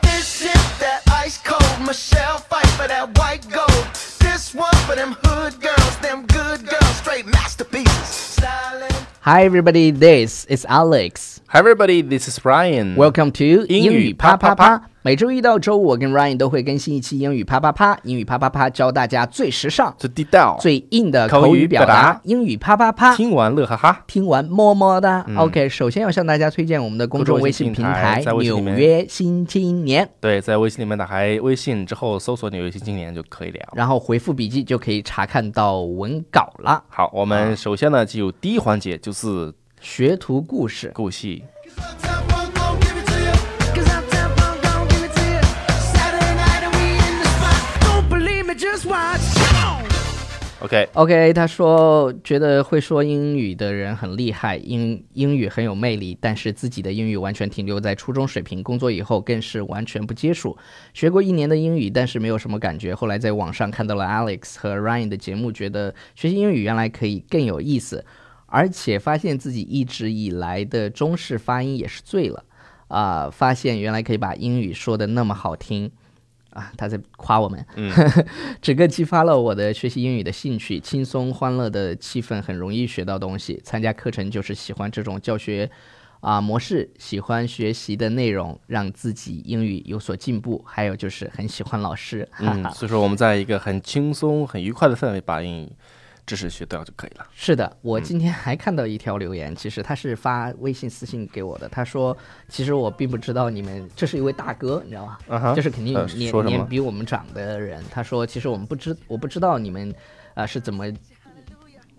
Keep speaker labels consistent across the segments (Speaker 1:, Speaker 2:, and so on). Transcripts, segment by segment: Speaker 1: This is that ice cold Michelle fight for that white gold. This one for them hood girls, them good girls, straight masterpieces. Styling.
Speaker 2: Hi, everybody. This is Alex.
Speaker 3: Hi everybody, this is Ryan.
Speaker 2: Welcome to
Speaker 3: Mm. 英语啪啪啪。
Speaker 2: 每周一到周五，我跟 Ryan 都会更新一期英语啪啪啪。英语啪啪啪教大家最时尚、
Speaker 3: 这地道，
Speaker 2: 最硬的
Speaker 3: 口
Speaker 2: 口
Speaker 3: 语
Speaker 2: 表
Speaker 3: 表达
Speaker 2: 英语啪啪啪。
Speaker 3: 听嗯完乐哈哈。
Speaker 2: 听完么么哒。OK，首先要向大家推荐我们的公众微信平台
Speaker 3: 公众微信平台在
Speaker 2: 《
Speaker 3: 微信
Speaker 2: 纽
Speaker 3: 里面
Speaker 2: 约新青年》，
Speaker 3: 对，在微信里面打开微信之后，搜索“纽约新青年”就可以了。
Speaker 2: 然后回复笔记就可以查看到文稿了。
Speaker 3: 好，我们首先呢就第一环节就是
Speaker 2: 学徒故事，
Speaker 3: 故戏。
Speaker 1: Cause Uptown Funk gon' give it to you. Cause Uptown Funk gon' give it to you. Saturday night and we in the spot. Don't believe me, just watch. Come on.
Speaker 3: OK，
Speaker 2: OK，他说觉得会说英语的人很厉害，英英语很有魅力，但是自己的英语完全停留在初中水平，工作以后更是完全不接触。学过一年的英语，但是没有什么感觉。后来在网上看到了 Alex 和 Ryan 的节目，觉得学习英语原来可以更有意思，而且发现自己一直以来的中式发音也是醉了啊、发现原来可以把英语说的那么好听。啊，他在夸我们，
Speaker 3: 嗯
Speaker 2: 整个激发了我的学习英语的兴趣，轻松欢乐的气氛很容易学到东西。参加课程就是喜欢这种教学啊、模式，喜欢学习的内容，让自己英语有所进步。还有就是很喜欢老师，哈
Speaker 3: 嗯
Speaker 2: 哈，，
Speaker 3: 所以说我们在一个很轻松、很愉快的氛围把英语知识学掉就可以 了。
Speaker 2: 是的，我
Speaker 3: 嗯
Speaker 2: 今天还看到一条留言，其实他是发微信私信给我的。他说：“其实我并不知道你们，这是一位大哥，你知道吗？
Speaker 3: 啊哈
Speaker 2: 就是肯定
Speaker 3: 呃
Speaker 2: 年、
Speaker 3: 说什么
Speaker 2: 年比我们长的人。”他说：“其实我们不知，我不知道你们，啊、是怎么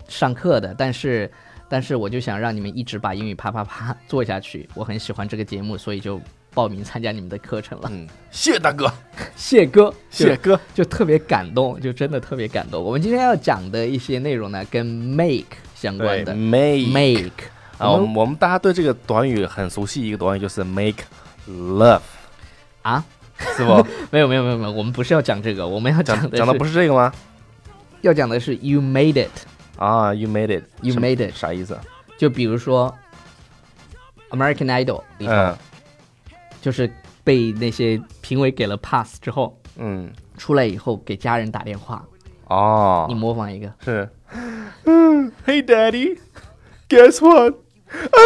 Speaker 2: 上课的，但是，但是我就想让你们一直把英语啪啪啪 做下去。我很喜欢这个节目，所以就报名参加你们的课程了。
Speaker 3: 嗯，谢谢大哥，
Speaker 2: 谢哥，
Speaker 3: 谢谢哥。
Speaker 2: 就特别感动，就真的特别感动。我们今天要讲的一些内容呢，跟 make 相关
Speaker 3: 对
Speaker 2: 的
Speaker 3: ，make
Speaker 2: make
Speaker 3: 啊，我们我们大家对这个短语很熟悉，一个短语就是 make love，
Speaker 2: 啊，
Speaker 3: 是不？
Speaker 2: 没有没有没有没有，我们不是要讲这个，我们要
Speaker 3: 讲
Speaker 2: 的
Speaker 3: 讲的不
Speaker 2: 是
Speaker 3: 是这个吗？
Speaker 2: 要讲的是 you made it。
Speaker 3: 啊，you made it，you
Speaker 2: You made it
Speaker 3: 啥意思？
Speaker 2: 就比如说 American Idol 里头，
Speaker 3: 嗯
Speaker 2: 就是被那些评委给了 pass 之后，
Speaker 3: 嗯，
Speaker 2: 出来以后给家人打电话，
Speaker 3: 哦，
Speaker 2: 你模仿一个，
Speaker 3: 是，嗯，Hey Daddy, guess what? I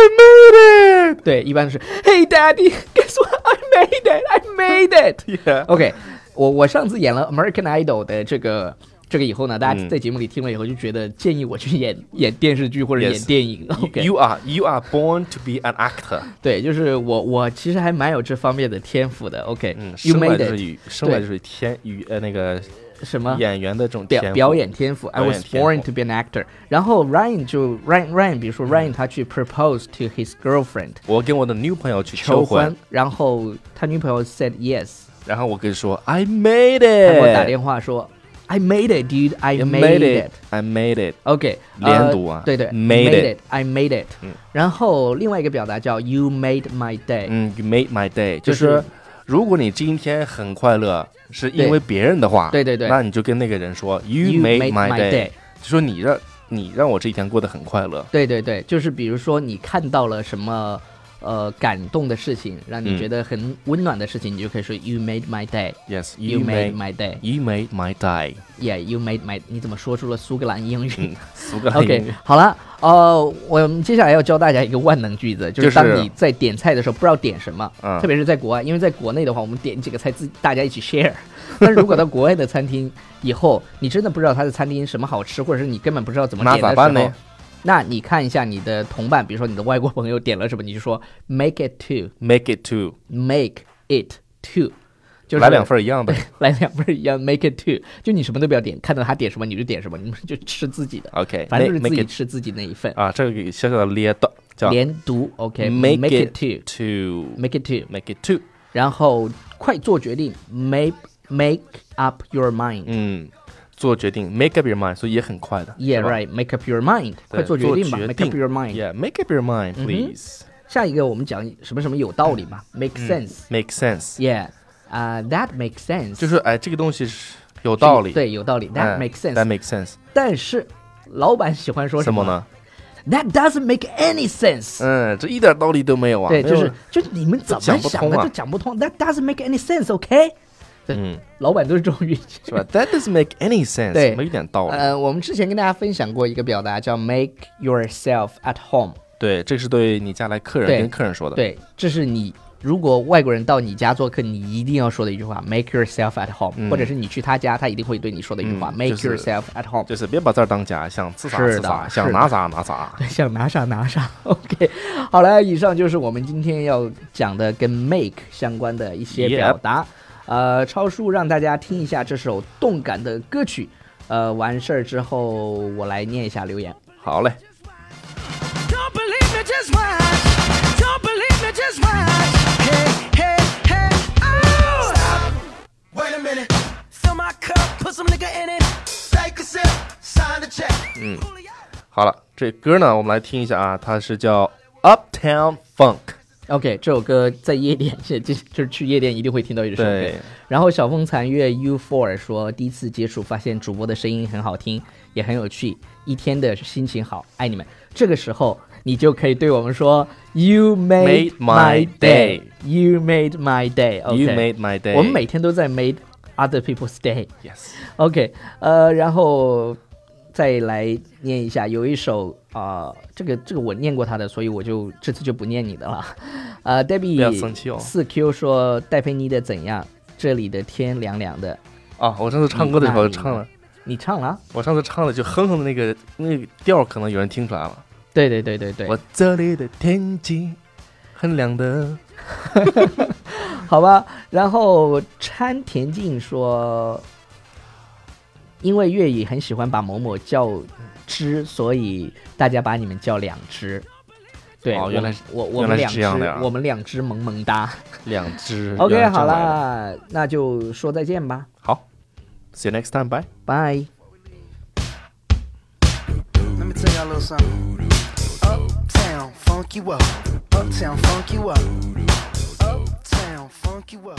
Speaker 3: made it.
Speaker 2: 对，一般是 Hey Daddy, guess what? I made it, I made it。
Speaker 3: Yeah.
Speaker 2: OK，我我上次演了 American Idol 的这个这个以后呢，大家
Speaker 3: 嗯
Speaker 2: 在节目里听了以后就觉得建议我去演演电视剧或者
Speaker 3: Yes
Speaker 2: 演电影。OK，
Speaker 3: You are you are born to be an actor.
Speaker 2: 对，就是我我其实还蛮有这方面的天赋的。OK，
Speaker 3: 嗯，
Speaker 2: you
Speaker 3: 生来
Speaker 2: made
Speaker 3: 就是
Speaker 2: it
Speaker 3: 与生来就是天与呃那个
Speaker 2: 什么？
Speaker 3: 演员的这种
Speaker 2: 表
Speaker 3: 天赋
Speaker 2: 表演天赋，I
Speaker 3: 表演
Speaker 2: was
Speaker 3: 天赋
Speaker 2: born to be an actor。然后 Ryan 就 Ryan Ryan，比如说 Ryan 他去 propose to his girlfriend
Speaker 3: 我跟我的女朋友去
Speaker 2: 求
Speaker 3: 求
Speaker 2: 婚，，然后他女朋友 said yes，
Speaker 3: 然后我跟你说 I made
Speaker 2: 他
Speaker 3: it。
Speaker 2: 给我打电话说 I made it, dude, I
Speaker 3: You
Speaker 2: made
Speaker 3: made
Speaker 2: it
Speaker 3: it.。I made it.
Speaker 2: OK，
Speaker 3: 连
Speaker 2: 呃
Speaker 3: 读啊
Speaker 2: 对对
Speaker 3: made it
Speaker 2: it，I made it。然后另外一个表达叫 You made my day，
Speaker 3: 嗯，You made my day，
Speaker 2: 就
Speaker 3: 就
Speaker 2: 是
Speaker 3: 是如果你今天很快乐，是
Speaker 2: 对
Speaker 3: 因为别人的话，
Speaker 2: 对对对
Speaker 3: 那你就跟那个人说 You
Speaker 2: You
Speaker 3: made
Speaker 2: made my
Speaker 3: my
Speaker 2: day
Speaker 3: day，就说你让你让我这一天过得很快乐。
Speaker 2: 对对对，就是比如说你看到了什么呃感动的事情，让你
Speaker 3: 嗯
Speaker 2: 觉得很温暖的事情，你就可以说 You made my day，You
Speaker 3: Yes, you
Speaker 2: made
Speaker 3: made
Speaker 2: my
Speaker 3: you made my day。
Speaker 2: day，Yeah，You made my，你怎么说出了苏格兰英语
Speaker 3: 嗯， 苏格兰英
Speaker 2: ？OK，
Speaker 3: 语
Speaker 2: 好了，呃，我们接下来要教大家一个万能句子，就是
Speaker 3: 就是
Speaker 2: 当你在点菜的时候不知道点什么，
Speaker 3: 嗯
Speaker 2: 特别是在国外，因为在国内的话，我们点几个菜自大家一起 share，但是 如果到国外的餐厅以后，你真的不知道他的餐厅什么好吃，或者是你根本不知道怎么
Speaker 3: 那
Speaker 2: 点的
Speaker 3: 咋
Speaker 2: 时候，
Speaker 3: 办呢
Speaker 2: 那你看一下你的同伴，比如说你的外国朋友点了什么，你就说 make it to，make
Speaker 3: make it too，
Speaker 2: it to，就是
Speaker 3: 来两份儿一样的。
Speaker 2: 来两份儿一样 make it to，就你什么都不要点，看到他点什么你就点什么，你们就吃自己的
Speaker 3: OK，
Speaker 2: 反正就是
Speaker 3: make-
Speaker 2: 自
Speaker 3: make
Speaker 2: 己
Speaker 3: 啊 it
Speaker 2: 吃自己那一份。
Speaker 3: 啊，这个给小小的列到叫
Speaker 2: 连读，OK，make、
Speaker 3: make
Speaker 2: it
Speaker 3: it
Speaker 2: to，make
Speaker 3: to
Speaker 2: it to，
Speaker 3: make it to。
Speaker 2: 然后快做决定，make make up your mind。
Speaker 3: 嗯，做决定 make up your mind，所以也很快的。
Speaker 2: Yeah,
Speaker 3: 是吧
Speaker 2: right. Make up your mind. 快
Speaker 3: 对
Speaker 2: 做
Speaker 3: 做
Speaker 2: 决定吧。Make up your mind. 嗯
Speaker 3: Yeah, make up your mind,
Speaker 2: 哼
Speaker 3: please. 嗯
Speaker 2: 下一个我们讲什么什么有道理嘛？Make sense.
Speaker 3: Make sense.
Speaker 2: Yeah. 啊、t h a t makes sense，
Speaker 3: 就是哎，这个东西是有道理，
Speaker 2: 对，有道理，That
Speaker 3: 哎
Speaker 2: makes sense、
Speaker 3: that makes sense，
Speaker 2: 但是老板喜欢说
Speaker 3: 什
Speaker 2: 么
Speaker 3: 么？呢？
Speaker 2: That doesn't make any sense、
Speaker 3: 嗯，这一点道理都没有啊，
Speaker 2: 对，
Speaker 3: 没有
Speaker 2: 就是就是你们怎么想
Speaker 3: 讲不通
Speaker 2: 的
Speaker 3: 啊
Speaker 2: 就讲不通。That doesn't make any sense，OK？、对，
Speaker 3: 嗯，
Speaker 2: 老板都是这种语气。
Speaker 3: 是吧？That doesn't make any sense，
Speaker 2: 对
Speaker 3: 没一点道理。
Speaker 2: 呃，我们之前跟大家分享过一个表达叫 make yourself at home，
Speaker 3: 对，这是对你家来客人
Speaker 2: 对
Speaker 3: 跟客人说的。，
Speaker 2: 对，这是你如果外国人到你家做客，你一定要说的一句话，make yourself at home，、
Speaker 3: 嗯
Speaker 2: 或者是你去他家，他一定会对你说的一句话、
Speaker 3: 嗯
Speaker 2: m a k
Speaker 3: 就
Speaker 2: e
Speaker 3: 是
Speaker 2: yourself at home。
Speaker 3: 就是别把这儿当家，想自杀
Speaker 2: 是
Speaker 3: 自杀，
Speaker 2: 的
Speaker 3: 想
Speaker 2: 是的
Speaker 3: 拿啥拿啊啥。
Speaker 2: 想拿啥拿啥。OK，好了，以上就是我们今天要讲的跟 make 相关的一些
Speaker 3: Yep
Speaker 2: 表达。呃，超叔让大家听一下这首动感的歌曲。呃，完事儿之后我来念一下留言。
Speaker 3: 好嘞，
Speaker 1: Don't believe me, just watch. Don't believe me, just watch. Hey, hey, hey, oh! Stop. Wait a minute. Fill my cup, put some nigga in it. Take a sip, sign the check.
Speaker 3: 好了，这歌呢，我们来听一下啊，它是叫 Uptown Funk。
Speaker 2: OK，这首歌在夜店， 这这就是去夜店一定会听到一首歌
Speaker 3: 对。
Speaker 2: 然后小风残月 U Four 说，第一次接触发现主播的声音很好听，也很有趣，一天的心情好，爱你们。这个时候你就可以对我们说，You made
Speaker 3: Made my day.
Speaker 2: day，You made my day。
Speaker 3: You made my day。
Speaker 2: 我们每天都在 made other people's day。
Speaker 3: yes，
Speaker 2: OK，呃，然后再来念一下，有一首啊、这个这个我念过他的，所以我就这次就不念你的了。 呃
Speaker 3: 不要生气
Speaker 2: ，Debbie
Speaker 3: 哦
Speaker 2: 四 Q 说戴佩妮的怎样？这里的天凉凉的，
Speaker 3: 啊，我上次唱歌的时候
Speaker 2: 你那
Speaker 3: 唱了，
Speaker 2: 你唱了啊？
Speaker 3: 我上次唱了就哼哼的那个那个调儿，可能有人听出来了。
Speaker 2: 对对对对对，
Speaker 3: 我这里的天气很凉的。
Speaker 2: 好吧。然后川田静说，因为粤语很喜欢把某某叫之，所以大家把你们叫两只。对，
Speaker 3: 哦
Speaker 2: 我
Speaker 3: 原来是
Speaker 2: 我我
Speaker 3: 原
Speaker 2: 们
Speaker 3: 来是
Speaker 2: 两只
Speaker 3: 这样的呀，
Speaker 2: 我们两只萌萌哒。
Speaker 3: 两 只。
Speaker 2: OK，
Speaker 3: 原来这么
Speaker 2: 好
Speaker 3: 来的。
Speaker 2: 啦，那就说再见吧，
Speaker 3: 好，See you next time，bye。
Speaker 2: 拜。
Speaker 1: Let me tell y'all a little something. Uptown, funk you up. Uptown, funk you up. Uptown, funk you up.